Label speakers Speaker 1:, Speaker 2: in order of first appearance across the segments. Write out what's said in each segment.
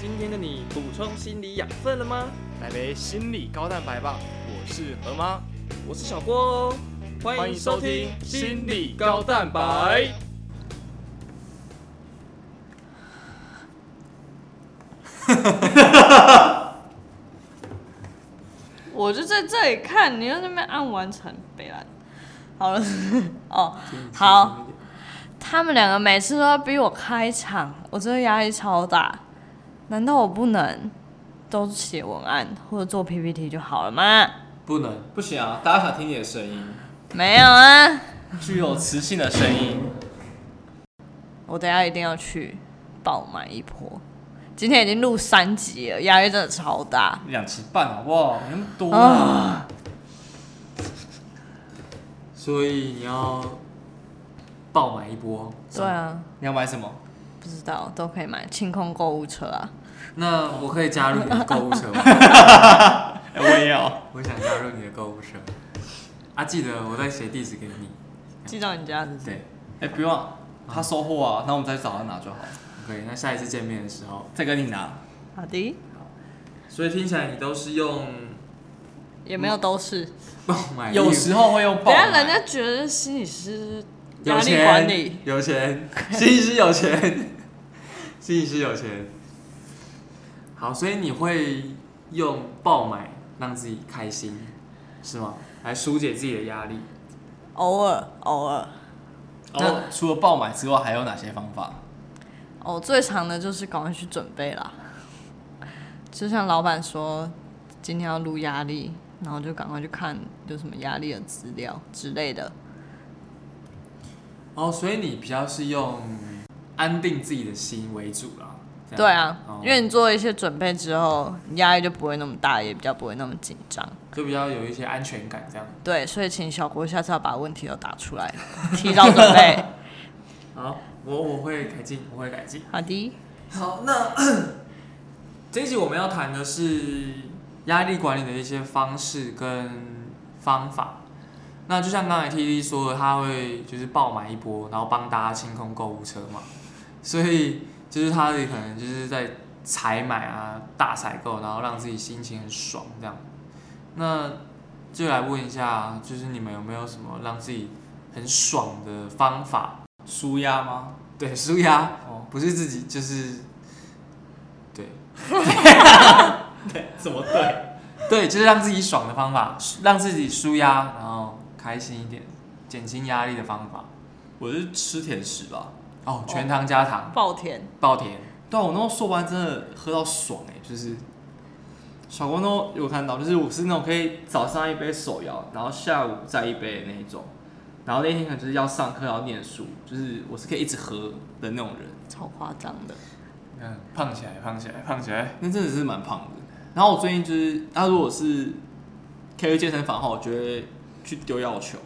Speaker 1: 天的你补充心理养分了吗？
Speaker 2: 来杯心理高蛋白吧！我是何妈，
Speaker 1: 我是小郭哦，欢迎收听《心理高蛋白》。
Speaker 3: 我就在这里看，你又在那边按完成，北兰。好了， 哦，好，他们两个每次都要逼我开场，我真的压力超大。难道我不能都写文案或者做 PPT 就好了吗？
Speaker 4: 不能，不行啊！大家想听你的声音，
Speaker 3: 没有啊，
Speaker 4: 具有磁性的声音。
Speaker 3: 我等一下一定要去爆满一波。今天已经录三集了，压力真的超大。
Speaker 4: 两期半好不好？你那么多啊！
Speaker 2: 所以你要爆满一波。
Speaker 3: 对啊，
Speaker 4: 你要买什么？
Speaker 3: 不知道都可以买清空购物车啊。
Speaker 2: 那我可以加入你的购物车吗？
Speaker 4: 哎，我也要。
Speaker 2: 我想加入你的购物车。啊，记得我再写地址给你。
Speaker 3: 寄到你家是不是？
Speaker 2: 对
Speaker 4: 哎，不用啊，他收货啊，那我们再找他拿就好，
Speaker 2: ，OK。那下一次见面的时候，
Speaker 4: 再跟你拿。
Speaker 3: 好的，
Speaker 2: 所以听起来你都是用
Speaker 3: 也没有都是。
Speaker 2: 爆满一波，
Speaker 4: 有时候会用爆
Speaker 3: 等一下
Speaker 4: 买。
Speaker 3: 人家觉得心理师压
Speaker 2: 有
Speaker 3: 力
Speaker 2: 钱
Speaker 3: 管理，
Speaker 2: 有 钱，心理师有钱，心理师有钱。好，所以你会用爆买让自己开心，是吗？来疏解自己的压力。
Speaker 3: 偶尔偶尔
Speaker 4: 哦，除了爆买之外，还有哪些方法？
Speaker 3: 哦，最长的就是赶快去准备啦。就像老板说，今天要录压力，然后就赶快去看有什么压力的资料之类的。
Speaker 2: 哦，所以你比较是用安定自己的心为主啦。这样
Speaker 3: 对啊，
Speaker 2: 哦
Speaker 3: 因为你做一些准备之后，压力就不会那么大，也比较不会那么紧张。
Speaker 2: 就比较有一些安全感这样。
Speaker 3: 对，所以请小郭下次要把问题都打出来，提早准 备。
Speaker 2: 好，我我会改进，我会改进。
Speaker 3: 好的，
Speaker 2: 好，那 这一集我们要谈的是压力管理的一些方式跟方法。那就像刚才 T D 说的，他会就是爆买一波，然后帮大家清空购物车嘛，所以就是他可能就是在采买啊、大采购，然后让自己心情很爽这样。那就来问一下，就是你们有没有什么让自己很爽的方法？
Speaker 4: 舒压吗？
Speaker 2: 对， 舒压
Speaker 4: 哦，
Speaker 2: 不是自己就是，对
Speaker 4: 怎么对？
Speaker 2: 对，就是让自己爽的方法，让自己舒压，然后开心一点，减轻压力的方法。
Speaker 4: 我是吃甜食吧。
Speaker 2: 哦，全糖加糖，
Speaker 3: 暴甜。
Speaker 2: 爆甜，
Speaker 4: 对啊，我那时候硕班真的喝到爽哎、就是小光都有看到，就是我是那种可以早上一杯手摇，然后下午再一杯的那一种，然后那天可能就是要上课要念书，就是我是可以一直喝的那种人，
Speaker 3: 超夸张的，
Speaker 2: 嗯，胖起来，胖起来，胖起来。
Speaker 4: 那真的是蛮胖的。然后我最近就是，他、如果是可以去健身房的话，我就会去丢药球，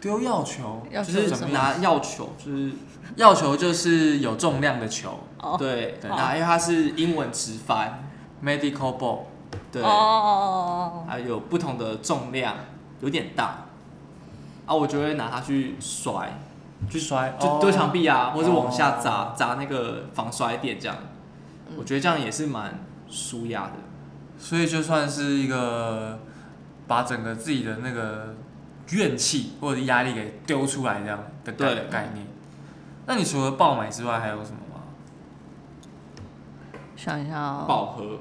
Speaker 2: 丢药球，
Speaker 3: 要
Speaker 4: 就
Speaker 3: 怎
Speaker 4: 是
Speaker 3: 么样
Speaker 4: 拿药球，就是
Speaker 2: 药球就是有重量的球
Speaker 3: 哦
Speaker 4: 对，
Speaker 3: 好
Speaker 4: 拿因为它是英文直翻，
Speaker 2: ，medical ball。
Speaker 4: 对。
Speaker 3: 哦哦哦哦哦，
Speaker 4: 还有不同的重量，有点大，啊，我就会拿它去甩，
Speaker 2: 去摔
Speaker 4: 就丢墙壁啊，或者往下
Speaker 2: 哦
Speaker 4: 砸砸那个防摔垫这样，我觉得这样也是蛮舒压的。
Speaker 2: 所以就算是一个把整个自己的那个怨气或者压力给丢出来这样的概
Speaker 4: 对
Speaker 2: 概念。那你除了爆买之外，还有什么吗？
Speaker 3: 想一下哦，
Speaker 4: 饱和，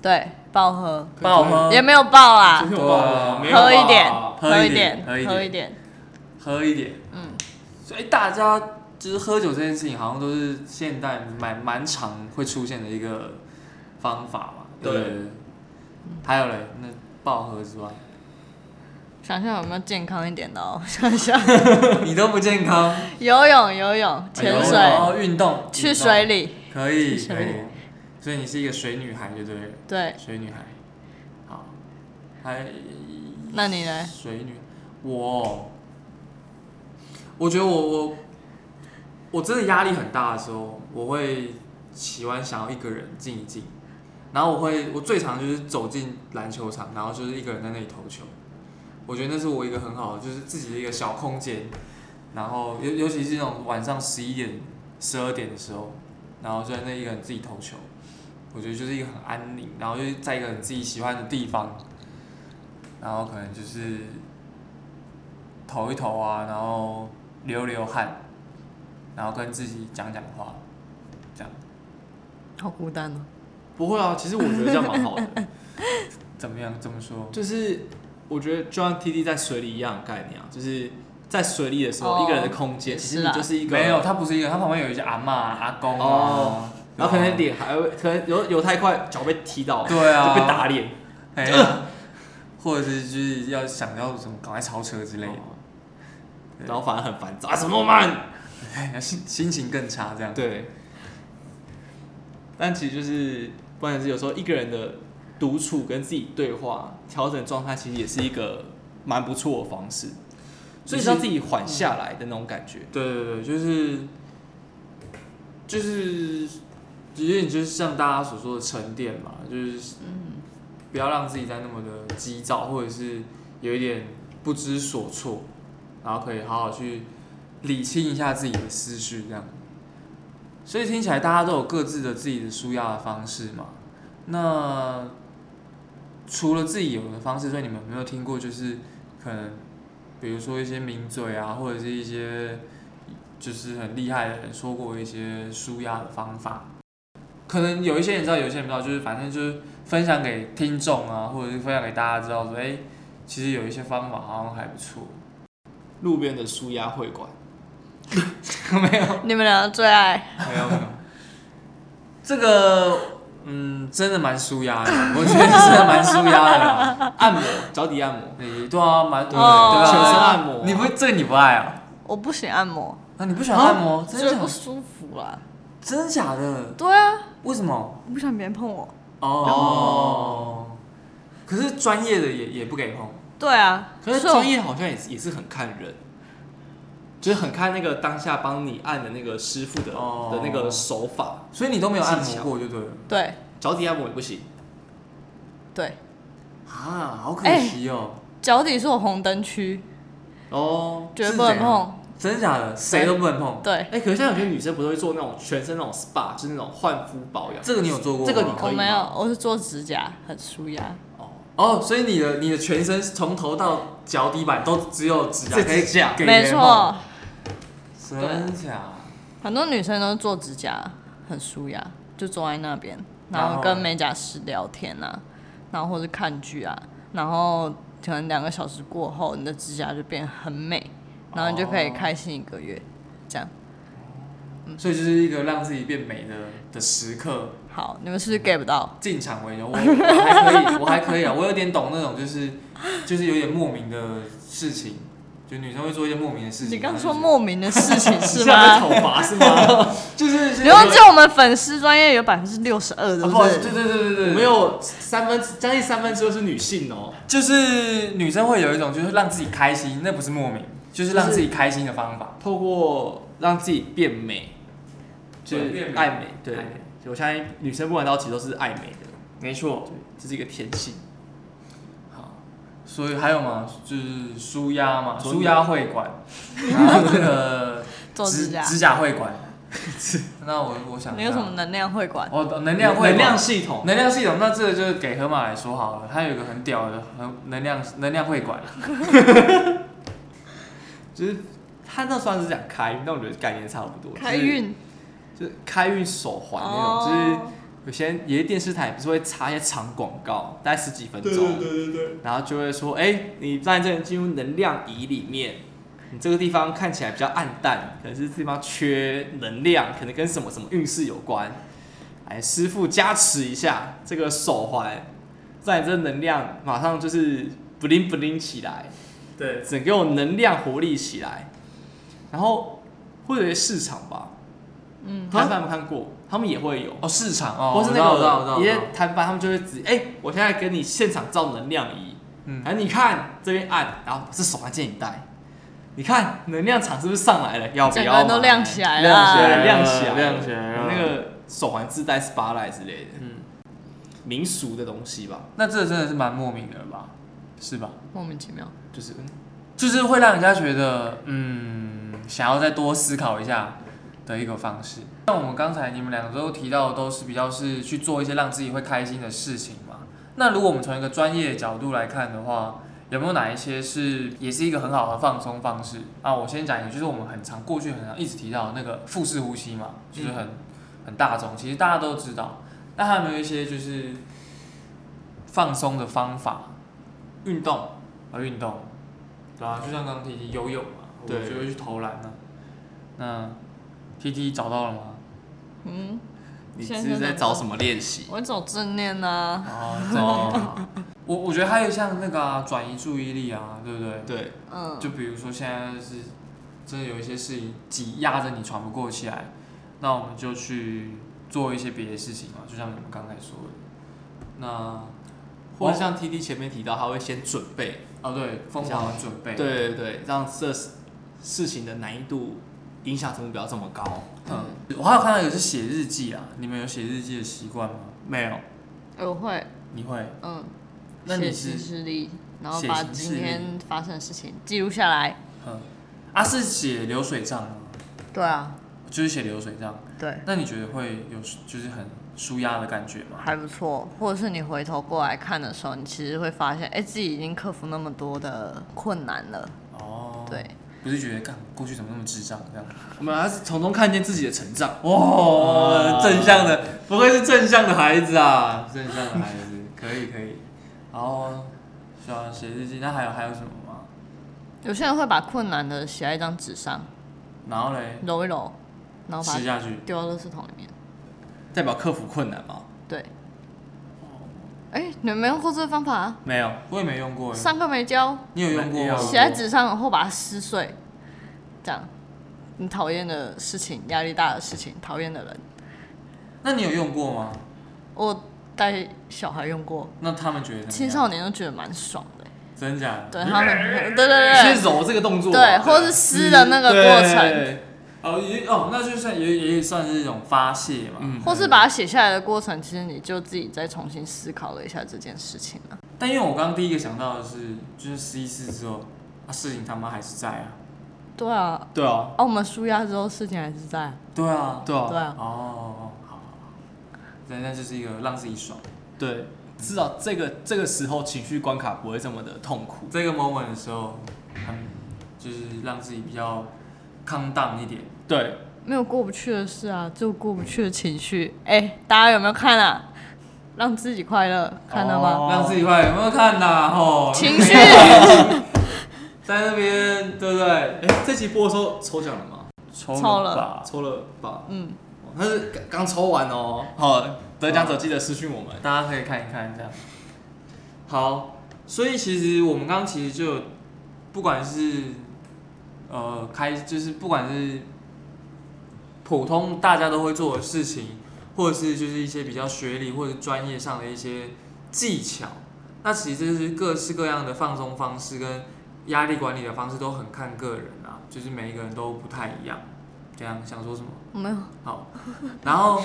Speaker 3: 对，爆喝
Speaker 2: 爆喝
Speaker 3: 也没有爆啦，
Speaker 4: 昨天有爆喝
Speaker 2: 对
Speaker 4: 吗，
Speaker 2: 嗯没有
Speaker 3: 啊
Speaker 2: 啊
Speaker 3: 喝一点，
Speaker 2: 喝一
Speaker 3: 一
Speaker 2: 点
Speaker 3: 点，
Speaker 2: 喝一点
Speaker 3: 喝一点，
Speaker 2: 喝一点，
Speaker 3: 嗯，
Speaker 2: 所以大家就是喝酒这件事情，好像都是现代蛮蛮常会出现的一个方法嘛。
Speaker 4: 对
Speaker 2: 不还有嘞，那爆喝之外，
Speaker 3: 想想有没有健康一点的 哦，想一下，
Speaker 2: 你都不健康，哎
Speaker 3: 游泳，游泳，潜水，
Speaker 2: 然后运动，
Speaker 3: 去
Speaker 2: 运动
Speaker 3: 水里，
Speaker 2: 可以
Speaker 3: 去水
Speaker 2: 可以
Speaker 3: 里，
Speaker 2: 所以你是一个水女孩，就对了，
Speaker 3: 对，
Speaker 2: 水女孩。好，还
Speaker 3: 那你呢？
Speaker 2: 水女，我，我觉得我我我真的压力很大的时候，我会喜欢想要一个人静一静，然后我会我最常就是走进篮球场，然后就是一个人在那里投球，我觉得那是我一个很好的就是自己的一个小空间，然后尤尤其是那种晚上十一点十二点的时候，然后就在那一个人自己投球，我觉得就是一个很安宁，然后就是在一个你自己喜欢的地方，然后可能就是投一投啊，然后流流汗，然后跟自己讲讲话，这样
Speaker 3: 好孤单哦。
Speaker 4: 不会啊，其实我觉得这样蛮好的，
Speaker 2: 怎么样？这么说？
Speaker 4: 就是我觉得就像 T T 在水里一样的概念啊，就是在水里的时候，
Speaker 3: 哦
Speaker 4: 一个人的空间，其实
Speaker 3: 是
Speaker 4: 你
Speaker 3: 啦
Speaker 4: 就是一个
Speaker 2: 没有，，他不是一个，他旁边有一些阿嬷啊、阿公啊，
Speaker 4: 哦然后可能
Speaker 2: 对
Speaker 4: 脸还会，可能游游太快，脚被踢到，
Speaker 2: 啊对啊，
Speaker 4: 就被打脸，
Speaker 2: 哎 呀，或者是就是要想要什么赶快超车之类的，
Speaker 4: 哦然后反而很烦躁，啊，怎么那么慢？
Speaker 2: 哎心心情更差这样。
Speaker 4: 对，但其实就是，不然就是有时候一个人的独处跟自己对话，调整状态，其实也是一个蛮不错的方式，所以是要自己缓下来的那种感觉。
Speaker 2: 对对对，就是就是，其实你就是像大家所说的沉淀嘛，就是不要让自己在那么的急躁，或者是有一点不知所措，然后可以好好去理清一下自己的思绪，这样。所以听起来大家都有各自的自己的舒压的方式嘛。那除了自己有的方式，所以你们有没有听过就是可能比如说一些名嘴啊，或者是一些就是很厉害的人说过一些舒压的方法，可能有一些人知道，有一些人不知道，就是反正就是分享给听众啊，或者是分享给大家知道说，哎、其实有一些方法好像还不错。
Speaker 4: 路边的舒压会馆，
Speaker 3: 你们两个最爱，
Speaker 2: 没有没有， 这个嗯，真的蛮舒 压的，我觉得真的蛮舒压的啦。
Speaker 4: 按摩，脚底按摩，
Speaker 2: 你对啊，蛮对
Speaker 3: 哦
Speaker 2: 啊，
Speaker 4: 全身按摩啊
Speaker 2: 你不这个你不爱啊？
Speaker 3: 我不喜欢按摩，
Speaker 2: 啊，你不喜欢按摩？真
Speaker 3: 觉
Speaker 2: 的
Speaker 3: 得不
Speaker 2: 假？
Speaker 3: 舒服啦。
Speaker 2: 真的假的？
Speaker 3: 对啊，
Speaker 2: 为什么？
Speaker 3: 我不喜欢别人碰我。
Speaker 2: 哦，可是专业的也也不给碰，
Speaker 3: 对啊，
Speaker 4: 可是哦
Speaker 3: 所以我
Speaker 4: 专业好像也是也是很看人，就是很看那个当下帮你按的那个师傅的、
Speaker 2: 哦
Speaker 4: 的那个手法，
Speaker 2: 所以你都没有按
Speaker 4: 技
Speaker 2: 摩
Speaker 4: 巧
Speaker 2: 过就对了
Speaker 3: 对
Speaker 4: 脚底按摩也不行。
Speaker 3: 对，
Speaker 2: 啊，好可
Speaker 3: 哎
Speaker 2: 惜哦，
Speaker 3: 脚底是我红灯区，
Speaker 4: 哦，
Speaker 3: 绝
Speaker 2: 是
Speaker 3: 不能
Speaker 2: 怎样
Speaker 3: 碰。
Speaker 2: 真假的，谁都不能碰，
Speaker 3: 对，
Speaker 4: 哎、可是像有些女生不是会做那种全身那种 SPA，就是那种焕肤保养。
Speaker 2: 这个你有哦做过
Speaker 4: 这
Speaker 2: 吗？
Speaker 4: 个你可
Speaker 3: 我
Speaker 4: 以吗
Speaker 3: 没有，我是做指甲，很舒压。
Speaker 2: 哦，所以你的你的全身从头到脚底板都只有指甲
Speaker 4: 这
Speaker 2: 可以
Speaker 4: 指甲
Speaker 2: 给
Speaker 3: 没
Speaker 2: 人哦碰，
Speaker 3: 错，
Speaker 2: 真假？
Speaker 3: 很多女生都是做指甲，很舒压，就坐在那边，
Speaker 2: 然
Speaker 3: 然
Speaker 2: 后
Speaker 3: 后跟美甲师聊天啊，然后或是看剧啊，然后可能两个小时过后，你的指甲就变很美，然后你就可以
Speaker 2: 哦
Speaker 3: 开心一个月，这样。
Speaker 2: 所以就是一个让自己变美的的时刻，
Speaker 3: 好，你们是不是 get 不到？
Speaker 2: 进场为由，我我还可以，我还可以啊，我有点懂那种就是就是有点莫名的事情，就女生会做一些莫名的事情。
Speaker 3: 你刚说
Speaker 2: 然后就是
Speaker 3: 莫名的事情是
Speaker 4: 现在在
Speaker 3: 吗？
Speaker 4: 讨伐是 吗？
Speaker 2: 就是
Speaker 3: 你忘记我们粉丝专业有百分之六十二，
Speaker 2: 啊
Speaker 3: 对
Speaker 2: 不好意思，
Speaker 3: 对
Speaker 2: 对？对对对
Speaker 4: 我
Speaker 2: 对，
Speaker 4: 们有三分之将近三分之二是女性哦、
Speaker 2: 就是女生会有一种就是让自己开心，那不是莫名，就是让自己开心的方法。
Speaker 4: 透过让自己变美，就
Speaker 2: 对变
Speaker 4: 是
Speaker 2: 美
Speaker 4: 爱美。对
Speaker 2: 爱美，
Speaker 4: 我相信女生不管到其实都是爱美的，
Speaker 2: 没错
Speaker 4: 对，，这是一个天性。
Speaker 2: 所以还有嘛，就是舒压嘛，
Speaker 4: 真的
Speaker 2: 舒压会馆，然后这个
Speaker 3: 做指甲，
Speaker 2: 指甲会馆。 那我我想一下，
Speaker 3: 你有什么能量会馆？
Speaker 2: 哦，能量会
Speaker 4: 能量
Speaker 2: 馆
Speaker 4: 系统，
Speaker 2: 能量系统，那这个就是给河马来说好了，它有一个很屌的很能量能量会馆，
Speaker 4: 就是他那算是讲开运，但我觉得概念差不多。就是
Speaker 3: 开，运
Speaker 4: 就是开运手环那种，就是
Speaker 3: 哦，
Speaker 4: 有些有些电视台不是会插一些长广告，大概十几分钟，
Speaker 1: 对对，
Speaker 4: 然后就会说，哎、你在这里进入能量仪里面，你这个地方看起来比较暗淡，可能是地方缺能量，可能跟什么什么运势有关。哎，师傅加持一下这个手环，在你这能量马上就是不灵不灵起来，
Speaker 2: 对，
Speaker 4: 整个有能量活力起来。然后会有些市场吧，
Speaker 3: 嗯，
Speaker 4: 摊贩有没有看过？他们也会有。
Speaker 2: 哦市场哦，
Speaker 4: 或是那
Speaker 2: 我知道我知道
Speaker 4: 个
Speaker 2: 我
Speaker 4: 一
Speaker 2: 知道
Speaker 4: 些摊贩，他们就会指，哎、我现在给你现场照能量仪，
Speaker 2: 嗯
Speaker 4: 哎，你看这边按，然后是手环借你戴，你看能量场是不是上来了？要不
Speaker 3: 整
Speaker 4: 要
Speaker 3: 个
Speaker 4: 买？
Speaker 3: 人都亮起来
Speaker 2: 亮起来
Speaker 3: 了
Speaker 4: 对，。亮起来，嗯
Speaker 2: 亮起来了
Speaker 4: 那个手环自带 SPA 来之类的，
Speaker 2: 嗯
Speaker 4: 民俗的东西吧，
Speaker 2: 那这真的是蛮莫名的了吧？是吧？
Speaker 3: 莫名其妙。
Speaker 4: 就是嗯
Speaker 2: 就是会让人家觉得，嗯，想要再多思考一下的一个方式。像我们刚才你们两个都提到，都是比较是去做一些让自己会开心的事情嘛。那如果我们从一个专业角度来看的话，有没有哪一些是也是一个很好的放松方式啊？我先讲一个，就是我们很常过去很常一直提到的那个腹式呼吸嘛，就是很、很大众，其实大家都知道。那还有没有一些就是放松的方法？运动啊，运动，对啊，就像刚刚提及游泳嘛，我
Speaker 4: 对
Speaker 2: 就会去投篮啊。那 T T 找到了吗？
Speaker 3: 嗯，
Speaker 4: 你是不是在找什么练习？
Speaker 3: 我走正念啊，
Speaker 2: 哦，我我觉得还有像那个啊转、移注意力啊，对不对？
Speaker 4: 对，
Speaker 3: 嗯，
Speaker 2: 就比如说现在是真的有一些事情挤压着你喘不过气来，那我们就去做一些别的事情嘛，就像你们刚才说的。那
Speaker 4: 或者像 T T 前面提到，他会先准备，
Speaker 2: 哦对，疯狂的准备，
Speaker 4: 对，对对，让这事情的难易度影响程度不要这么高。
Speaker 2: 嗯，我还有看到有是写日记啊，你们有写日记的习惯吗？
Speaker 4: 没有，
Speaker 3: 哎我会，
Speaker 2: 你会？
Speaker 3: 嗯，
Speaker 2: 那你
Speaker 3: 写
Speaker 2: 是
Speaker 3: 行事历，然后
Speaker 2: 写
Speaker 3: 把
Speaker 2: 行
Speaker 3: 今
Speaker 2: 事历
Speaker 3: 天发生的事情记录下来。
Speaker 2: 嗯，啊是写流水账吗？
Speaker 3: 对啊，
Speaker 2: 就是写流水账，
Speaker 3: 对，
Speaker 2: 那你觉得会有就是很舒压的感觉吗？
Speaker 3: 还不错。或者是你回头过来看的时候，你其实会发现，哎、自己已经克服那么多的困难了。
Speaker 2: 哦，
Speaker 3: 对，
Speaker 2: 不是觉得干过去怎么那么智障这样？
Speaker 4: 我们还是从中看见自己的成长。
Speaker 2: 哇
Speaker 4: 正向的，
Speaker 2: 不愧是正向的孩子啊，哦正向的孩子，可以可以。然后喜欢写日记，那还有还有什么吗？
Speaker 3: 有些人会把困难的写在一张纸上，
Speaker 2: 然后嘞，
Speaker 3: 揉一揉，然后
Speaker 2: 吃
Speaker 3: 把它
Speaker 2: 下去，
Speaker 3: 丢到垃圾桶里面。
Speaker 4: 代表克服困难吗？
Speaker 3: 对。
Speaker 2: 哦
Speaker 3: 哎、你们没用过这个方法、啊？
Speaker 4: 没有，
Speaker 2: 我也没用过耶，欸
Speaker 3: 上课没教，
Speaker 2: 你有用过
Speaker 4: 没
Speaker 2: 吗？
Speaker 4: 有
Speaker 3: 写在纸上，然后把它撕碎，这样。你讨厌的事情，压力大的事情，讨厌的人，
Speaker 2: 那你有用过吗？
Speaker 3: 我带小孩用过，
Speaker 2: 那他们觉得怎
Speaker 3: 青
Speaker 2: 么
Speaker 3: 少
Speaker 2: 样？
Speaker 3: 年都觉得蛮爽的。
Speaker 2: 真假？
Speaker 3: 对他们，对对
Speaker 4: 先
Speaker 3: 对
Speaker 4: 揉这个动作嗯
Speaker 3: 对，
Speaker 4: 嘛，
Speaker 3: 对，或是撕的那个过程，
Speaker 4: 对
Speaker 2: 哦也哦，那就算也也算是一种发泄嘛。
Speaker 4: 嗯，
Speaker 3: 或是把它写下来的过程，其实你就自己再重新思考了一下这件事情啊了。
Speaker 2: 但因为我刚刚第一个想到的是，就是撕一撕之后，啊，事情他妈还是在啊。
Speaker 3: 对啊，
Speaker 4: 对啊，
Speaker 3: 啊，我们舒压之后事情还是在，
Speaker 2: 对啊，
Speaker 4: 对啊
Speaker 3: 对，啊，
Speaker 2: 哦，好好好，对，那就是一个让自己爽。
Speaker 4: 对，至少这个这个时候情绪关卡不会这么的痛苦。
Speaker 2: 这个 moment 的时候，很就是让自己比较 calm down 一点。
Speaker 4: 对，
Speaker 3: 没有过不去的事啊，就过不去的情绪。哎、大家有没有看啊？让自己快乐，看到吗？
Speaker 4: 哦
Speaker 2: 让自己快有没有看呐？吼，
Speaker 3: 情绪
Speaker 2: 在那边，对不对？
Speaker 4: 哎，这期播的时候抽奖了吗？啊
Speaker 2: 抽
Speaker 3: 抽
Speaker 2: 了
Speaker 3: 了
Speaker 2: 吧，
Speaker 4: 抽了吧？
Speaker 3: 嗯，
Speaker 4: 哦但是刚刚抽完哦。好，得奖者记得私讯我们。
Speaker 2: 大家可以看一看这样。好，所以其实我们刚刚其实就有不管是呃开，就是不管是普通大家都会做的事情，或者是就是一些比较学理或者专业上的一些技巧，那其实这是各式各样的放松方式跟压力管理的方式都很看个人啊，就是每一个人都不太一样。这样想说什么？
Speaker 3: 我没有。
Speaker 2: 好，然后，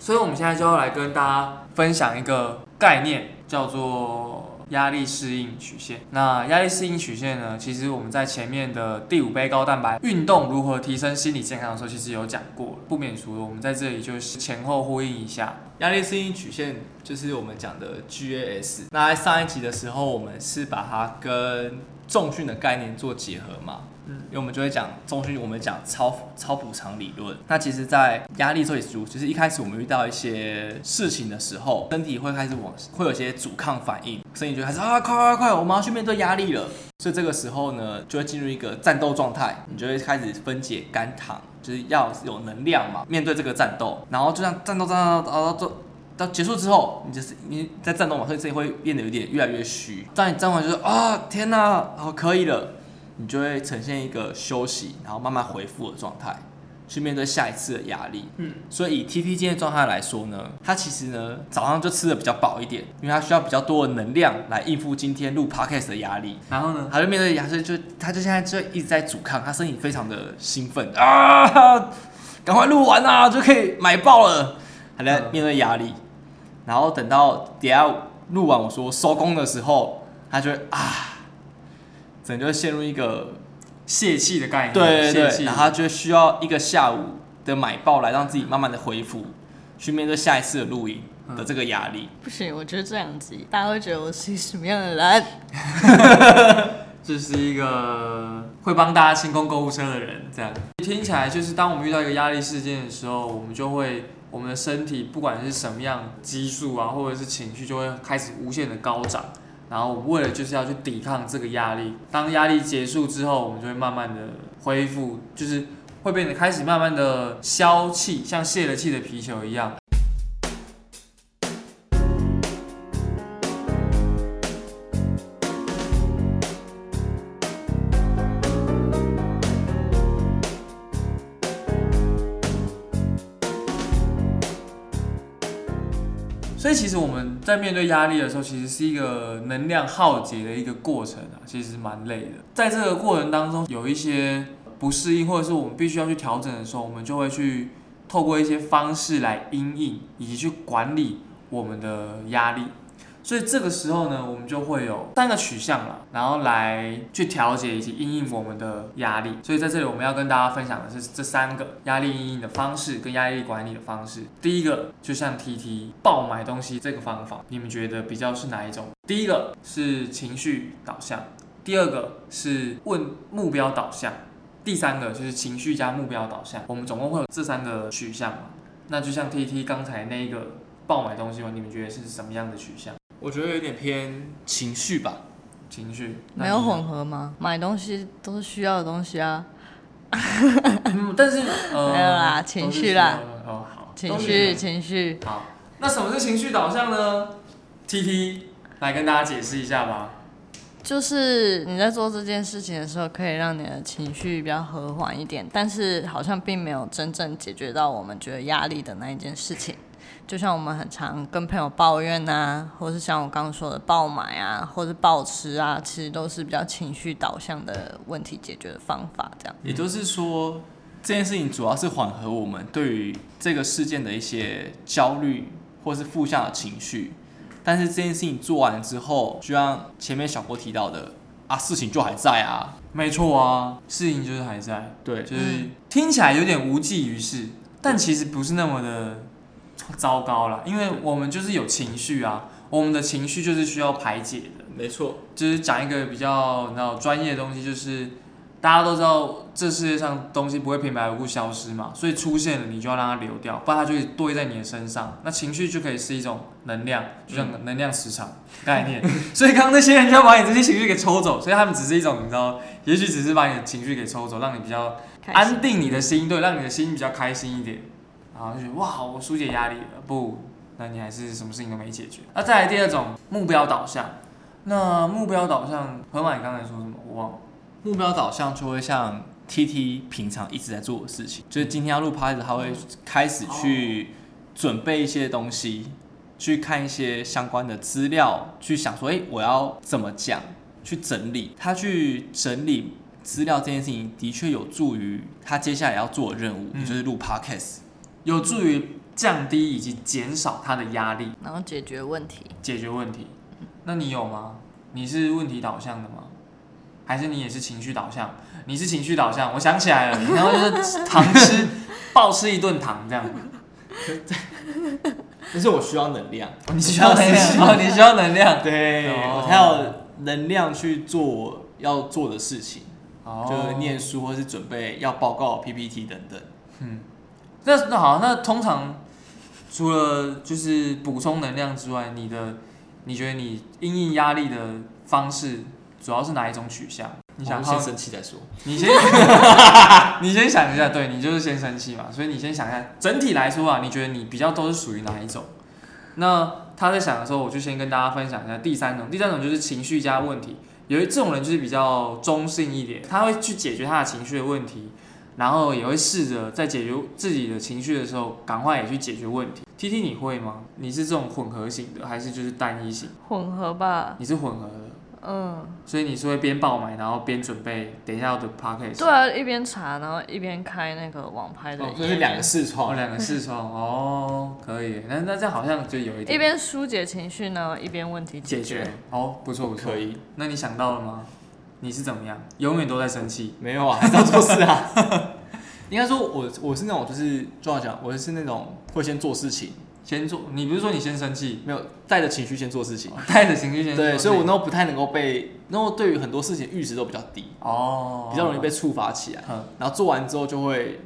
Speaker 2: 所以我们现在就要来跟大家分享一个概念，叫做压力适应曲线。那压力适应曲线呢，其实我们在前面的第五杯高蛋白运动如何提升心理健康的时候，其实有讲过了，不免俗了，我们在这里就是前后呼应一下。
Speaker 4: 压力适应曲线就是我们讲的 GAS。那在上一集的时候，我们是把它跟重训的概念做结合嘛，
Speaker 2: 嗯
Speaker 4: 因为我们就会讲重训，我们讲超超补偿理论。那其实，在压力这里主，就是一开始我们遇到一些事情的时候，身体会开始往会有一些阻抗反应，身体就开始啊快快快，我们要去面对压力了。所以这个时候呢，就会进入一个战斗状态，你就会开始分解肝糖，就是要有能量嘛，面对这个战斗。然后就像战斗战斗战斗到到到结束之后，你就是你在战斗嘛，所以自己会变得有点越来越虚。当你战完就是啊天哪，好可以了，你就会呈现一个休息，然后慢慢恢复的状态，去面对下一次的压力。
Speaker 2: 嗯，
Speaker 4: 所以以 T T 今天的状态来说呢，他其实呢早上就吃的比较饱一点，因为他需要比较多的能量来应付今天录 podcast 的压力。
Speaker 2: 然后呢，
Speaker 4: 他就面对牙齿，就他就现在就一直在阻抗，他身体非常的兴奋啊，赶快录完啊，就可以买爆了。他在面对压力，然后等到等一下录完我说收工的时候，他就会啊，整个就会陷入一个
Speaker 2: 泄气的概念，
Speaker 4: 对对
Speaker 2: 泄
Speaker 4: 对，
Speaker 2: 气
Speaker 4: 然后他就需要一个下午的买爆来让自己慢慢的恢复，去面对下一次的录影的这个压力。
Speaker 3: 不行，我觉得这两集大家会觉得我是什么样 的人？
Speaker 2: 这是一个会帮大家清空购物车的人，这样听起来就是当我们遇到一个压力事件的时候，我们就会我们的身体不管是什么样激素啊，或者是情绪，就会开始无限的高涨。然后为了就是要去抵抗这个压力，当压力结束之后，我们就会慢慢的恢复，就是会变得开始慢慢的消气，像泄了气的皮球一样。所以其实我们在面对压力的时候，其实是一个能量耗竭的一个过程啊，其实蛮累的。在这个过程当中，有一些不适应，或者是我们必须要去调整的时候，我们就会去透过一些方式来因应，以及去管理我们的压力。所以这个时候呢，我们就会有三个取向了，然后来去调节以及因应我们的压力。所以在这里我们要跟大家分享的是这三个压力因应的方式跟压力管理的方式。第一个就像 T T 爆买东西这个方法，你们觉得比较是哪一种？第一个是情绪导向，第二个是问目标导向，第三个就是情绪加目标导向。我们总共会有这三个取向嘛？那就像 T T 刚才那一个爆买东西嘛，你们觉得是什么样的取向？
Speaker 4: 我觉得有点偏情绪吧，
Speaker 2: 情绪
Speaker 3: 没有
Speaker 2: 哄。
Speaker 3: 混合吗？买东西都是需要的东西啊，
Speaker 2: 嗯，但是呃，
Speaker 3: 没有啦情绪
Speaker 2: 都
Speaker 3: 啦
Speaker 2: 是需要的。哦，好，
Speaker 3: 情
Speaker 2: 都
Speaker 3: 绪
Speaker 2: 是需
Speaker 3: 情绪。
Speaker 2: 要的。好，那什么是情绪导向呢？T T 来跟大家解释一下吧。
Speaker 3: 就是你在做这件事情的时候，可以让你的情绪比较和缓一点，但是好像并没有真正解决到我们觉得压力的那一件事情。就像我们很常跟朋友抱怨啊，或是像我刚刚说的爆买啊，或是暴吃啊，其实都是比较情绪导向的问题解决的方法。这样，
Speaker 4: 也就是说这件事情主要是缓和我们对于这个事件的一些焦虑或是负向的情绪，但是这件事情做完之后，就像前面小郭提到的啊，事情就还在啊，
Speaker 2: 没错啊，事情就是还在，
Speaker 4: 对，
Speaker 2: 就是
Speaker 3: 嗯
Speaker 2: 听起来有点无济于事，但其实不是那么的糟糕啦，因为我们就是有情绪啊，我们的情绪就是需要排解的。
Speaker 4: 没错，
Speaker 2: 就是讲一个比较你知道专业的东西，就是大家都知道这世界上东西不会平白无故消失嘛，所以出现了你就要让它流掉，不然它就会堆在你的身上。那情绪就可以是一种能量，就像能量磁场概念。所以刚刚那些人就要把你这些情绪给抽走，所以他们只是一种你知道，也许只是把你的情绪给抽走，让你比较
Speaker 3: 开始
Speaker 2: 安定你的心，对，让你的心比较开心一点，然后就觉得哇，我疏解压力了。不，那你还是什么事情都没解决。那再来第二种目标导向，那目标导向，河马你刚才说什么？我忘了。
Speaker 4: 目标导向就会像 TT 平常一直在做的事情，就是今天要录 p o d 他会开始去准备一些东西，去看一些相关的资料，去想说，哎、我要怎么讲，去整理。他去整理资料这件事情，的确有助于他接下来要做的任务，
Speaker 2: 嗯
Speaker 4: 也就是录 podcast。
Speaker 2: 有助于降低以及减少他的压力，
Speaker 3: 然后解决问题。
Speaker 2: 解决问题。那你有吗？你是问题导向的吗？还是你也是情绪导向？你是情绪导向，我想起来了，然后就是糖吃， 暴吃一顿糖这样。
Speaker 4: 但是我需要能量，
Speaker 2: 哦 你需要能量，哦，你需要能量。
Speaker 4: 对
Speaker 2: 哦
Speaker 4: 我才有能量去做我要做的事情，
Speaker 2: 哦
Speaker 4: 就是念书或是准备要报告 PPT 等等。
Speaker 2: 那那好，那通常除了就是补充能量之外，你的你觉得你因应压力的方式主要是哪一种取向？你想
Speaker 4: 我
Speaker 2: 好
Speaker 4: 先哦生气再说。
Speaker 2: 你先， 你先想一下，对你就是先生气嘛，所以你先想一下，整体来说啊，你觉得你比较都是属于哪一种？那他在想的时候，我就先跟大家分享一下第三种，第三种就是情绪加问题。有一这种人就是比较中性一点，他会去解决他的情绪的问题，然后也会试着在解决自己的情绪的时候，赶快也去解决问题。T T 你会吗？你是这种混合型的，还是就是单一型？
Speaker 3: 混合吧，
Speaker 2: 你是混合的，
Speaker 3: 嗯，
Speaker 2: 所以你是会边爆买，然后边准备等一下我的 p a c k a g e
Speaker 3: 对啊，一边查，然后一边开那个网拍的
Speaker 4: 哦
Speaker 3: 页，
Speaker 4: 这
Speaker 3: 面，
Speaker 4: 是两个视
Speaker 2: 哦，
Speaker 4: 窗，
Speaker 2: 两个视窗哦，可以。那那这样好像就有一点
Speaker 3: 一边疏解情绪呢，一边问题
Speaker 2: 解
Speaker 3: 解
Speaker 2: 决。哦，不错不错。
Speaker 4: 可以。
Speaker 2: 那你想到了吗？你是怎么样？永远都在生气。
Speaker 4: 没有啊，还是要做事啊。应该说我我是那种就是就像讲，我是那种会先做事情，
Speaker 2: 先做，你不是说你先生气，哦
Speaker 4: 没有带着情绪先做事情。
Speaker 2: 带着情绪先做
Speaker 4: 对，所以我哦那时候不太能够被，那时候对于很多事情阈值都比较低，
Speaker 2: 哦，
Speaker 4: 比较容易被触发起来。
Speaker 2: 嗯
Speaker 4: 然后做完之后就会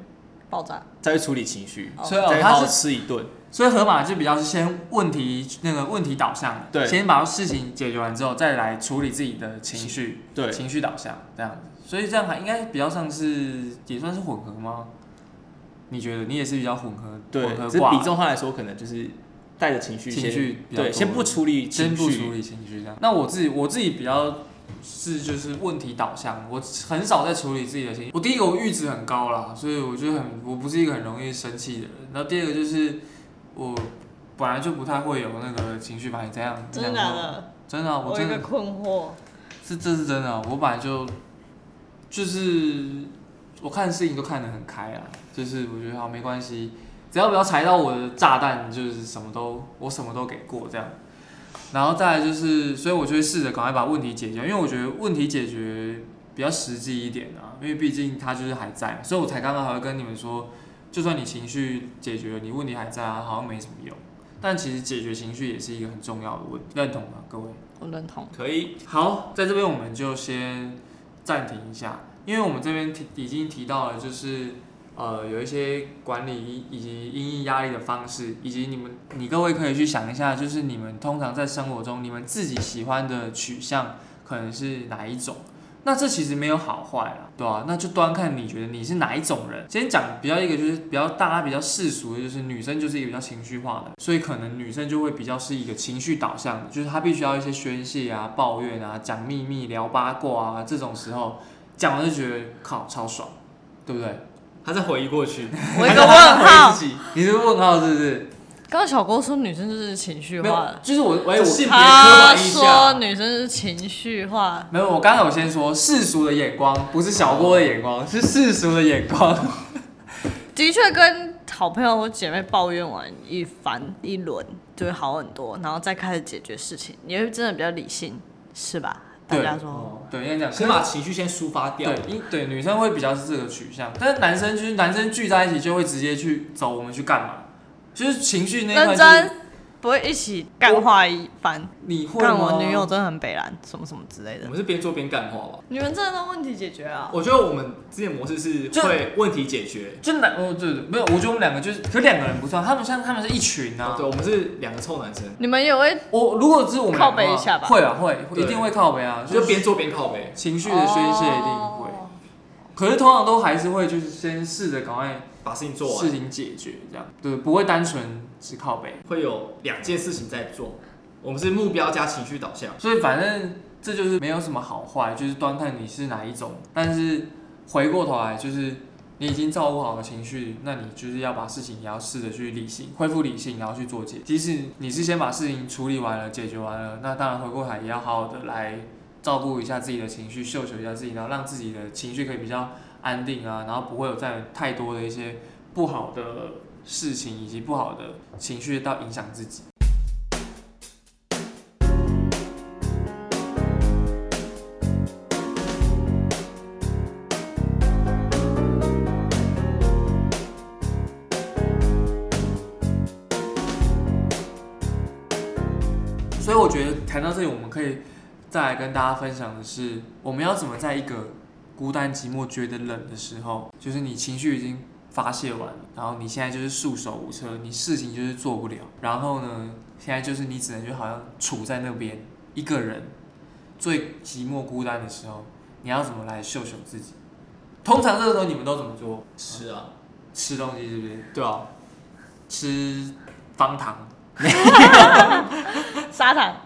Speaker 3: 爆炸。
Speaker 4: 再去处理情绪，
Speaker 2: 所以哦
Speaker 4: 再好
Speaker 2: 他
Speaker 4: 好
Speaker 2: 是
Speaker 4: 吃一顿。
Speaker 2: 所以河马就比较是先问题那个问题导向的，
Speaker 4: 对
Speaker 2: 先把事情解决完之后，再来处理自己的情绪，
Speaker 4: 对，
Speaker 2: 情绪导向这样子。所以这样还应该比较像是也算是混合吗？你觉得你也是比较混合，
Speaker 4: 对
Speaker 2: 混，合
Speaker 4: 只是
Speaker 2: 挂
Speaker 4: 比重上来说，可能就是带着哦情绪
Speaker 2: 情
Speaker 4: 先，
Speaker 2: 绪比较
Speaker 4: 对，
Speaker 2: 多
Speaker 4: 先不处理
Speaker 2: 先
Speaker 4: 情
Speaker 2: 不处
Speaker 4: 绪，
Speaker 2: 理情绪这样。那我自己我自己比较是就是问题导向，我很少在处理自己的情绪。我第一个我阈值很高啦，所以我就很我不是一个很容易生气的人。然后第二个就是我本来就不太会有那个情绪反应，这样
Speaker 3: 真的
Speaker 2: 这样
Speaker 3: 假
Speaker 2: 说
Speaker 3: 的？
Speaker 2: 真的啊、我
Speaker 3: 我有
Speaker 4: 哦
Speaker 2: 真
Speaker 3: 一个
Speaker 2: 的
Speaker 3: 困惑，
Speaker 2: 是这是真的啊、我本来就就是我看事情都看得很开啊，就是我觉得好没关系，只要不要踩到我的炸弹，就是什么都我什么都给过这样。然后再来就是，所以我就会试着赶快把问题解决，因为我觉得问题解决比较实际一点啊，因为毕竟它就是还在，所以我才刚刚还会跟你们说，就算你情绪解决了，你问题还在啊，好像没什么用。但其实解决情绪也是一个很重要的问题，认同吗，各位？
Speaker 3: 我认同。
Speaker 4: 可以，
Speaker 2: 好，在这边我们就先暂停一下，因为我们这边提已经提到了，就是呃有一些管理以及因应压力的方式，以及你们你各位可以去想一下，就是你们通常在生活中你们自己喜欢的取向可能是哪一种。那这其实没有好坏啦，对啊，那就端看你觉得你是哪一种人。先讲比较一个就是比较大家比较世俗的，就是女生就是一个比较情绪化的，所以可能女生就会比较是一个情绪导向的，就是她必须要一些宣泄啊、抱怨啊、讲秘密、聊八卦啊，这种时候讲完就觉得靠超爽，对不对？
Speaker 4: 他在回忆过 去，
Speaker 3: 我一个问
Speaker 4: 他在回。
Speaker 3: 号
Speaker 4: 忆自己，
Speaker 2: 你是问号是不是？
Speaker 3: 刚刚小郭说女生就是情绪
Speaker 2: 没
Speaker 3: 化
Speaker 2: 有
Speaker 3: 的，，
Speaker 2: 就是我哎、
Speaker 4: 这
Speaker 2: 我
Speaker 4: 性别刻
Speaker 3: 他
Speaker 4: 板印
Speaker 3: 说
Speaker 4: 象，
Speaker 3: 女生是情绪化，
Speaker 2: 没有，我刚才有先说世俗的眼光，不是小郭的眼光，是世俗的眼光。
Speaker 3: 的确跟好朋友或姐妹抱怨完一番一轮就会好很多，然后再开始解决事情，你会真的比较理性，是吧？大
Speaker 2: 对
Speaker 3: 家说
Speaker 4: 哦
Speaker 2: 对，应该讲
Speaker 4: 先把情绪先抒发掉
Speaker 2: 对，，因对女生会比较是这个取向，但是男生就是男生聚在一起就会直接去走，我们去干嘛？就是情绪那一块、
Speaker 3: 认
Speaker 2: 就是
Speaker 3: 真，不会一起干话一番，
Speaker 2: 你会
Speaker 3: 干
Speaker 2: 吗？
Speaker 3: 我女友真的很北蓝，什么什么之类
Speaker 4: 我
Speaker 3: 的。
Speaker 4: 们是边做边干话吧。
Speaker 3: 你们真的让问题解决啊？
Speaker 4: 我觉得我们之前模式是
Speaker 2: 就
Speaker 4: 会问题解决，
Speaker 2: 就男哦对对，没有，我觉得我们两个就是，可两个人不算，他们像他们是一群啊。
Speaker 4: 对，我们是两个臭男生，
Speaker 3: 你们也会
Speaker 2: 我如果只是我们两个的话
Speaker 3: 靠北一下吧
Speaker 2: 会啊会，
Speaker 4: 对
Speaker 2: 一定会靠背啊，
Speaker 4: 就
Speaker 2: 就是
Speaker 4: 边做边靠呗。
Speaker 2: 情绪的宣泄一定会。
Speaker 3: 哦
Speaker 2: 可是通常都还是会就是先试着赶快
Speaker 4: 把事情做
Speaker 2: 事
Speaker 4: 完，
Speaker 2: 情解决，这样对，不会单纯只靠背。
Speaker 4: 会有两件事情在做，我们是目标加情绪导向。
Speaker 2: 所以反正这就是没有什么好坏，就是端看你是哪一种。但是回过头来，就是你已经照顾好了情绪，那你就是要把事情也要试着去理性，恢复理性，然后去做解。即使你是先把事情处理完了、解决完了，那当然回过头来也要好好的来照顾一下自己的情绪，秀秀一下自己，然后让自己的情绪可以比较安定啊，然后不会有再太多的一些不好的事情以及不好的情绪到影响自己。所以我觉得谈到这里，我们可以再来跟大家分享的是，我们要怎么在一个孤单、寂寞、觉得冷的时候，就是你情绪已经发泄完了，然后你现在就是束手无策，你事情就是做不了，然后呢，现在就是你只能就好像处在那边一个人最寂寞孤单的时候，你要怎么来秀秀自己？通常这个时候你们都怎么做？
Speaker 4: 是啊，
Speaker 2: 吃东西是不是？
Speaker 4: 对啊，
Speaker 2: 吃方糖，
Speaker 3: 沙糖，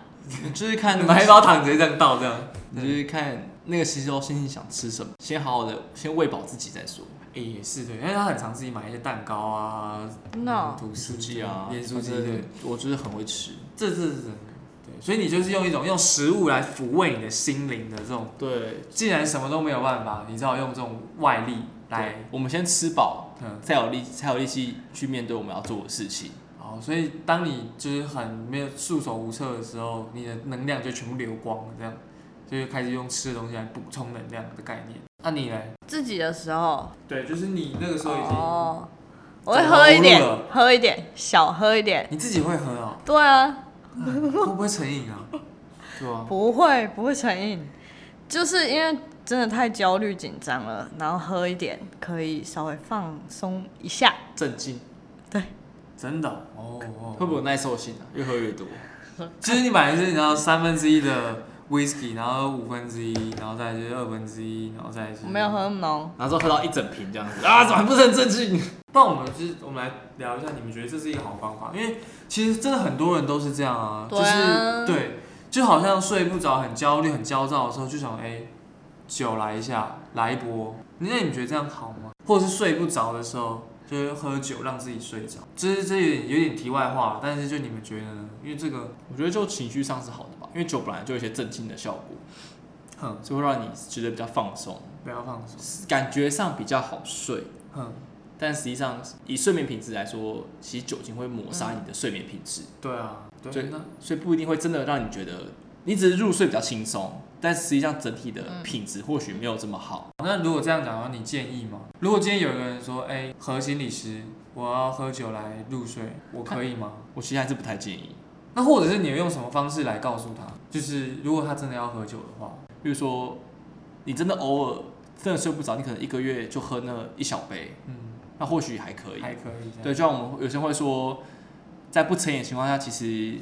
Speaker 4: 就是 看
Speaker 2: 买一包糖直接这样倒这样。
Speaker 4: 你就是看那个时候心情想吃什么，先好好的先喂饱自己再说。
Speaker 2: 欸也是对，因为他很常自己买一些蛋糕啊、
Speaker 3: No
Speaker 2: 吐司
Speaker 4: 书记啊，
Speaker 2: 盐酥鸡
Speaker 4: 反正
Speaker 2: 对，
Speaker 4: 我就是很会吃。
Speaker 2: 这这这对，所以你就是用一种用食物来抚慰你的心灵的这种，
Speaker 4: 对，
Speaker 2: 既然什么都没有办法，你只好用这种外力
Speaker 4: 来
Speaker 2: 来，，
Speaker 4: 我们先吃饱，
Speaker 2: 嗯，
Speaker 4: 才有力，才有力气去面对我们要做的事情。
Speaker 2: 好，所以当你就是很没有束手无策的时候，你的能量就全部流光了，这样，就是开始用吃的东西来补充能量的概念。那、你嘞？
Speaker 3: 自己的时候，
Speaker 2: 对，就是你那个时候已经，
Speaker 3: 哦，我会喝一
Speaker 2: 走投无
Speaker 3: 点
Speaker 2: 路，
Speaker 3: 喝一点，小喝一点。
Speaker 2: 你自己会喝哦，
Speaker 3: 对啊，
Speaker 2: 会不会成瘾啊？对啊，
Speaker 3: 不会，不会成瘾，就是因为真的太焦虑紧张了，然后喝一点可以稍微放松一下。
Speaker 2: 嗯
Speaker 4: 震惊，
Speaker 2: 真的哦哦，
Speaker 4: 会不会有耐受性啊？越喝越多，
Speaker 2: 其实你本来是你知道三分之一的 whisky，然后五分之一，然后再就是二分之一，然后再就是
Speaker 3: 我没有喝那么浓，
Speaker 4: 然后之后喝到一整瓶这样子啊，怎么还不是很震惊？
Speaker 2: 那我们就是我们来聊一下，你们觉得这是一个好方法？因为其实真的很多人都是这样啊，
Speaker 3: 对啊
Speaker 2: 就是对，就好像睡不着、很焦虑、很焦躁的时候，就想哎、酒来一下，来一波。那你们觉得这样好吗？或者是睡不着的时候，就是喝酒让自己睡着？就是这有点有点题外话，但是就你们觉得呢？因为这个，
Speaker 4: 我觉得就情绪上是好的吧，因为酒本来就有一些镇静的效果，
Speaker 2: 哼，
Speaker 4: 就会让你觉得比较放松，
Speaker 2: 不要放松，
Speaker 4: 感觉上比较好睡。
Speaker 2: 哼，
Speaker 4: 但实际上，以睡眠品质来说，其实酒精会抹杀你的睡眠品质，
Speaker 2: 对啊，
Speaker 4: 所
Speaker 2: 对，
Speaker 4: 以
Speaker 2: 那
Speaker 4: 所以不一定会真的让你觉得你只是入睡比较轻松，但实际上整体的品质或许没有这么好。
Speaker 2: 那如果这样讲的话，你建议吗？如果今天有一个人说，哎、何心理师，我要喝酒来入睡，我可以吗？
Speaker 4: 我其实还是不太建议，
Speaker 2: 那或者是你用什么方式来告诉他？就是如果他真的要喝酒的话，
Speaker 4: 比如说你真的偶尔真的睡不着，你可能一个月就喝那一小杯，
Speaker 2: 嗯，
Speaker 4: 那或许还可以。
Speaker 2: 还可以这样。
Speaker 4: 对，就像我们有些人会说，在不成瘾的情况下，其实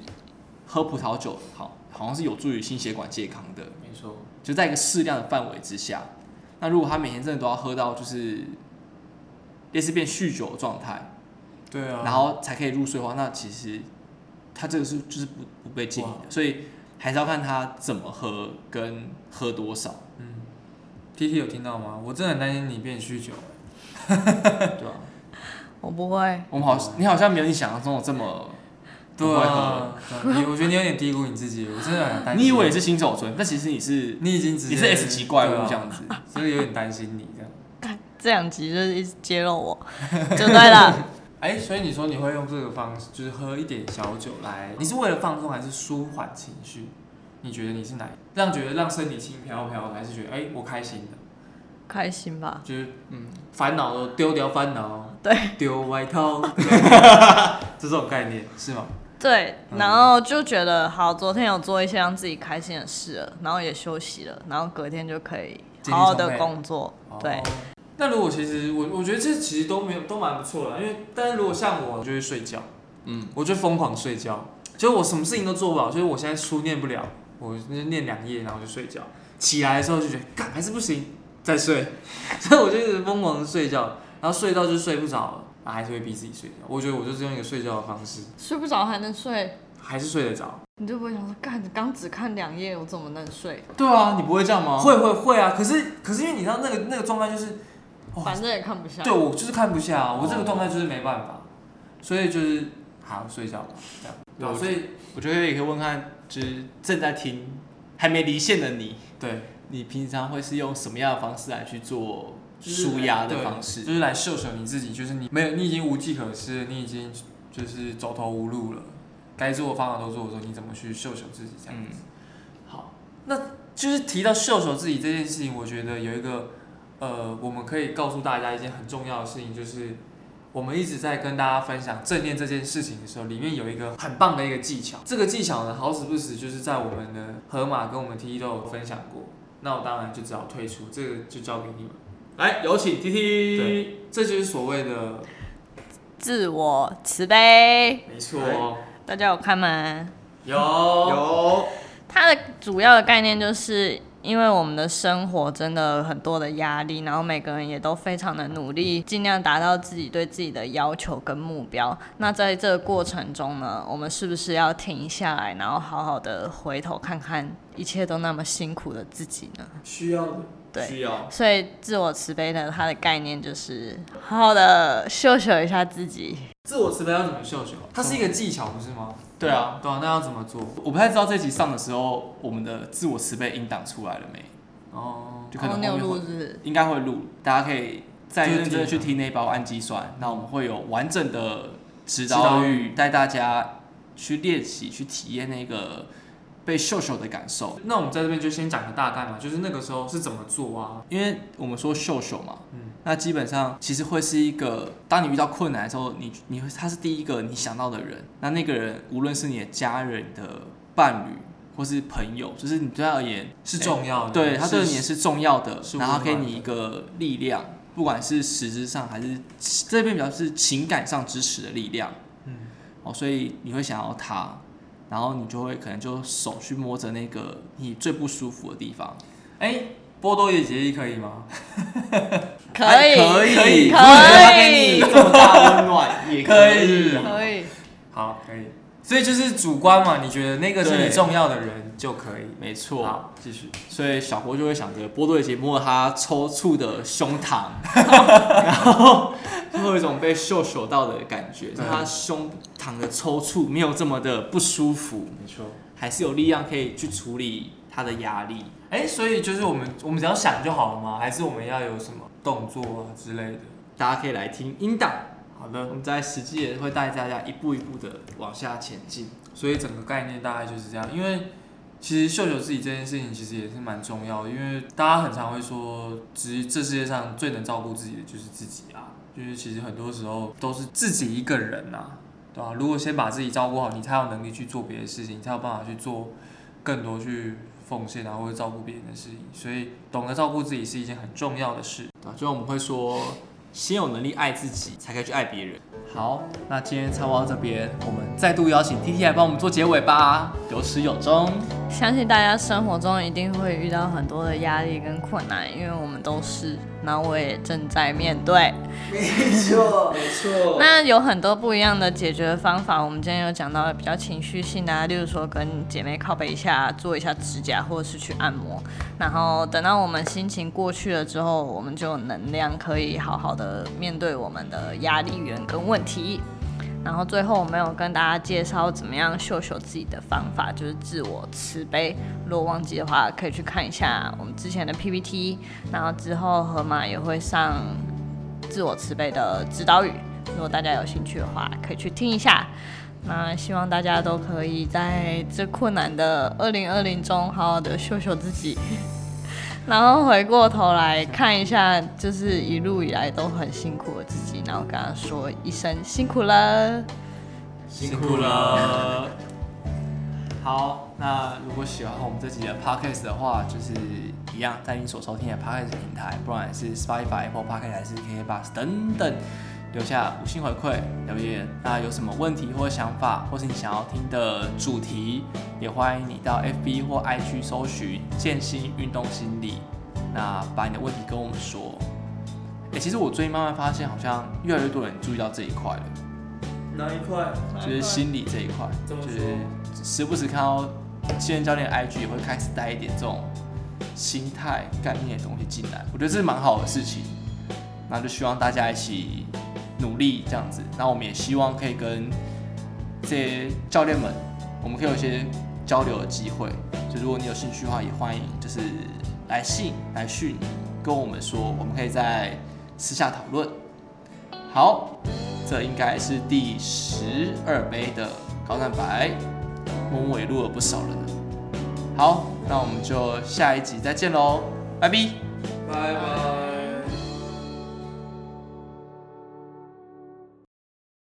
Speaker 4: 喝葡萄酒好好像是有助于心血管健康的，
Speaker 2: 没错，
Speaker 4: 就在一个适量的范围之下。那如果他每天真的都要喝到就是类似变酗酒的状态，
Speaker 2: 对啊。
Speaker 4: 然后才可以入睡的话，那其实他这个是就是不不被建议的，所以还是要看他怎么喝跟喝多 少，
Speaker 2: T T 嗯有听到吗？我真的很担心你变酗酒、欸
Speaker 4: 对
Speaker 2: 啊
Speaker 4: 吧、
Speaker 3: 我不会。
Speaker 4: 我们好，你好像没有你想象中的这么，
Speaker 2: 对
Speaker 4: 不会喝
Speaker 2: 啊，你我觉得你有点低估你自己，我真的很担心。
Speaker 4: 你以为你是新手村，但其实你是
Speaker 2: 你已经直接
Speaker 4: 你是 S 级怪物
Speaker 2: 对啊
Speaker 4: 这样子。
Speaker 2: 所以有点担心你这样。
Speaker 3: 这两集就是一直揭露我， 就对了。
Speaker 2: 哎、所以你说你会用这个方式，就是喝一点小酒来，你是为了放松还是舒缓情绪？你觉得你是哪一让觉得让身体轻飘飘的，还是觉得哎、我开心的，
Speaker 3: 开心吧，
Speaker 2: 就是嗯烦恼都丢掉烦恼，
Speaker 3: 对，
Speaker 2: 丢外套， 这种概念是吗？
Speaker 3: 对，
Speaker 2: 嗯
Speaker 3: 然后就觉得好，昨天有做一些让自己开心的事了，然后也休息了，然后隔天就可以好
Speaker 2: 精
Speaker 3: 好
Speaker 2: 力充
Speaker 3: 的
Speaker 2: 沛
Speaker 3: 工作。对
Speaker 2: 哦，那如果其实我我觉得这其实都没有都蛮不错的，因为但是如果像我就会睡觉，
Speaker 4: 嗯，
Speaker 2: 我就疯狂睡觉，就是我什么事情都做不了，就是我现在书念不了，我就念两页然后就睡觉，起来的时候就觉得干还是不行，再睡， 所以我就一直疯狂的睡觉，然后睡到就睡不着了，啊还是会逼自己睡觉。我觉得我就是用一个睡觉的方式，
Speaker 3: 睡不着还能睡，
Speaker 2: 还是睡得着。
Speaker 3: 你就不会想说，干，你刚只看两页，我怎么能睡？
Speaker 4: 对啊，你不会这样吗？
Speaker 2: 会会会啊，可是可是因为你知道那个那个状态就是。哇
Speaker 3: 反正也看不下。
Speaker 2: 对，我就是看不下啊，我这个状态就是没办法，所以就是好睡觉吧，这样。
Speaker 4: 对
Speaker 2: 对啊，
Speaker 4: 我
Speaker 2: 所以
Speaker 4: 我觉得也可以问看，就是正在听还没离线的你，
Speaker 2: 对，
Speaker 4: 你平常会是用什么样的方式来去做
Speaker 2: 就是
Speaker 4: 舒压的
Speaker 2: 对
Speaker 4: 方式？
Speaker 2: 就是来秀秀你自己，就是你没有，你已经无计可施了，你已经就是走投无路了，该做的方法都做的时候，你怎么去秀秀自己这样
Speaker 4: 嗯
Speaker 2: 子？，好，那就是提到秀秀自己这件事情，我觉得有一个呃，我们可以告诉大家一件很重要的事情，就是我们一直在跟大家分享正念这件事情的时候，里面有一个很棒的一个技巧。这个技巧呢，好死不死就是在我们的河马跟我们 T T 都有分享过，那我当然就只好退出，这个就交给你们。
Speaker 4: 来有请 T T。
Speaker 2: 这就是所谓的
Speaker 3: 自我慈悲，
Speaker 2: 没错
Speaker 3: 大家有看吗？
Speaker 2: 有
Speaker 4: 有，
Speaker 3: 它的主要的概念就是，因为我们的生活真的很多的压力，然后每个人也都非常的努力，尽量达到自己对自己的要求跟目标。那在这个过程中呢，我们是不是要停下来，然后好好的回头看看一切都那么辛苦的自己呢？
Speaker 2: 需要的，
Speaker 3: 对
Speaker 4: 需要
Speaker 3: 所以自我慈悲呢，它的概念就是好好的秀秀一下自己。
Speaker 2: 自我慈悲要怎么秀秀？它是一个技巧，不是吗？
Speaker 4: 对啊，
Speaker 2: 对啊，那要怎么做？
Speaker 4: 我不太知道这集上的时候，我们的自我慈悲音档出来了没？
Speaker 2: 哦，
Speaker 4: 就可能
Speaker 3: 哦你有
Speaker 4: 后面
Speaker 3: 录
Speaker 4: 会
Speaker 3: 是不是？
Speaker 4: 应该会录，大家可以再认真的
Speaker 2: 就
Speaker 4: 去
Speaker 2: 是
Speaker 4: 听那一包氨基酸。那我们会有完整的指
Speaker 2: 指
Speaker 4: 导
Speaker 2: 导
Speaker 4: 语带大家去练习，去体验那个被秀秀的感受，
Speaker 2: 那我们在这边就先讲个大概嘛，就是那个时候是怎么做啊？
Speaker 4: 因为我们说秀秀嘛，
Speaker 2: 嗯
Speaker 4: 那基本上其实会是一个，当你遇到困难的时候，你你会他是第一个你想到的人，那那个人无论是你的家人、你的伴侣或是朋友，就是你对他而言
Speaker 2: 是重
Speaker 3: 哦
Speaker 2: 要的，
Speaker 4: 对他对你也是重要的，
Speaker 2: 是
Speaker 4: 然后
Speaker 2: 温
Speaker 4: 给
Speaker 2: 暖
Speaker 4: 你
Speaker 2: 的
Speaker 4: 一个力量，不管是实质上还是这边比较是情感上支持的力量
Speaker 2: 嗯，
Speaker 4: 哦，所以你会想要他，然后你就会可能就手去摸着那个你最不舒服的地方，
Speaker 2: 哎、波多野结衣可以吗？
Speaker 3: 可以
Speaker 4: 哎可以
Speaker 3: 可
Speaker 4: 以，他给你
Speaker 3: 以
Speaker 4: 这么大温暖也
Speaker 2: 可以
Speaker 4: 以，
Speaker 3: 可以，
Speaker 2: 好，可以。所以就是主观嘛，你觉得那个是你
Speaker 4: 对
Speaker 2: 重要的人就可以。
Speaker 4: 没错。
Speaker 2: 好，继续。
Speaker 4: 所以小郭就会想着波多野结摸了他抽搐的胸 膛，然后就会有一种被秀秀到的感觉，就
Speaker 2: 对
Speaker 4: 是他胸膛的抽搐没有这么的不舒服，
Speaker 2: 没错。
Speaker 4: 还是有力量可以去处理他的压力。
Speaker 2: 哎、所以就是我们我们只要想就好了吗？还是我们要有什么动作啊之类的？
Speaker 4: 大家可以来听音档，
Speaker 2: 好
Speaker 4: 我
Speaker 2: 的。
Speaker 4: 们在实际也会带大家一步一步的往下前进。
Speaker 2: 所以整个概念大概就是这样。因为其实秀秀自己这件事情其实也是蛮重要的，因为大家很常会说，其实这世界上最能照顾自己的就是自己啊。就是其实很多时候都是自己一个人呐、啊，对吧、如果先把自己照顾好，你才有能力去做别的事情，你才有办法去做更多去奉献啊，或者照顾别人的事情。所以懂得照顾自己是一件很重要的事。啊
Speaker 4: 对，就我们会说，先有能力爱自己，才可以去爱别人。好，那今天差不多到这边，我们再度邀请 T T 来帮我们做结尾吧，有始有终。
Speaker 3: 相信大家生活中一定会遇到很多的压力跟困难，因为我们都是，然后我也正在面对。
Speaker 4: 没错，
Speaker 3: 那有很多不一样的解决方法，我们今天有讲到比较情绪性的、啊，例如说跟姐妹靠背一下，做一下指甲，或者是去按摩。然后等到我们心情过去了之后，我们就有能量可以好好的面对我们的压力源跟问题。然后最后我们有跟大家介绍怎么样秀秀自己的方法，就是自我慈悲。如果忘记的话，可以去看一下我们之前的 PPT。然后之后河马也会上自我慈悲的指导语，如果大家有兴趣的话，可以去听一下。那希望大家都可以在这困难的二零二零中，好好的秀秀自己， 然后回过头来看一下，就是一路以来都很辛苦的自己，然后跟他说一声辛苦了。
Speaker 4: 辛苦了。好，那如果喜欢我们这集的 podcast 的话，就是一样在你所收听的 podcast 平台，不管是 Spotify、Apple Podcast 还是 KKBox 等等，留下五星回馈留言。那有什么问题或想法，或是你想要听的主题，也欢迎你到 FB 或 IG 搜寻“健心运动心理”，那把你的问题跟我们说。哎、其实我最近慢慢发现，好像越来越多人注意到这一块了。
Speaker 2: 哪一块？
Speaker 4: 就是心理这一块，
Speaker 2: 怎么
Speaker 4: 就是时不时看到健身教练 IG 也会开始带一点这种心态概念的东西进来，我觉得这是蛮好的事情。那就希望大家一起努力这样子，那我们也希望可以跟这些教练们，我们可以有一些交流的机会。就如果你有兴趣的话，也欢迎就是来信来讯跟我们说，我们可以在私下讨论。好，这应该是第十二杯的高蛋白，默默也录了不少了呢。好，那我们就下一集再见喽，拜拜。
Speaker 2: 拜拜。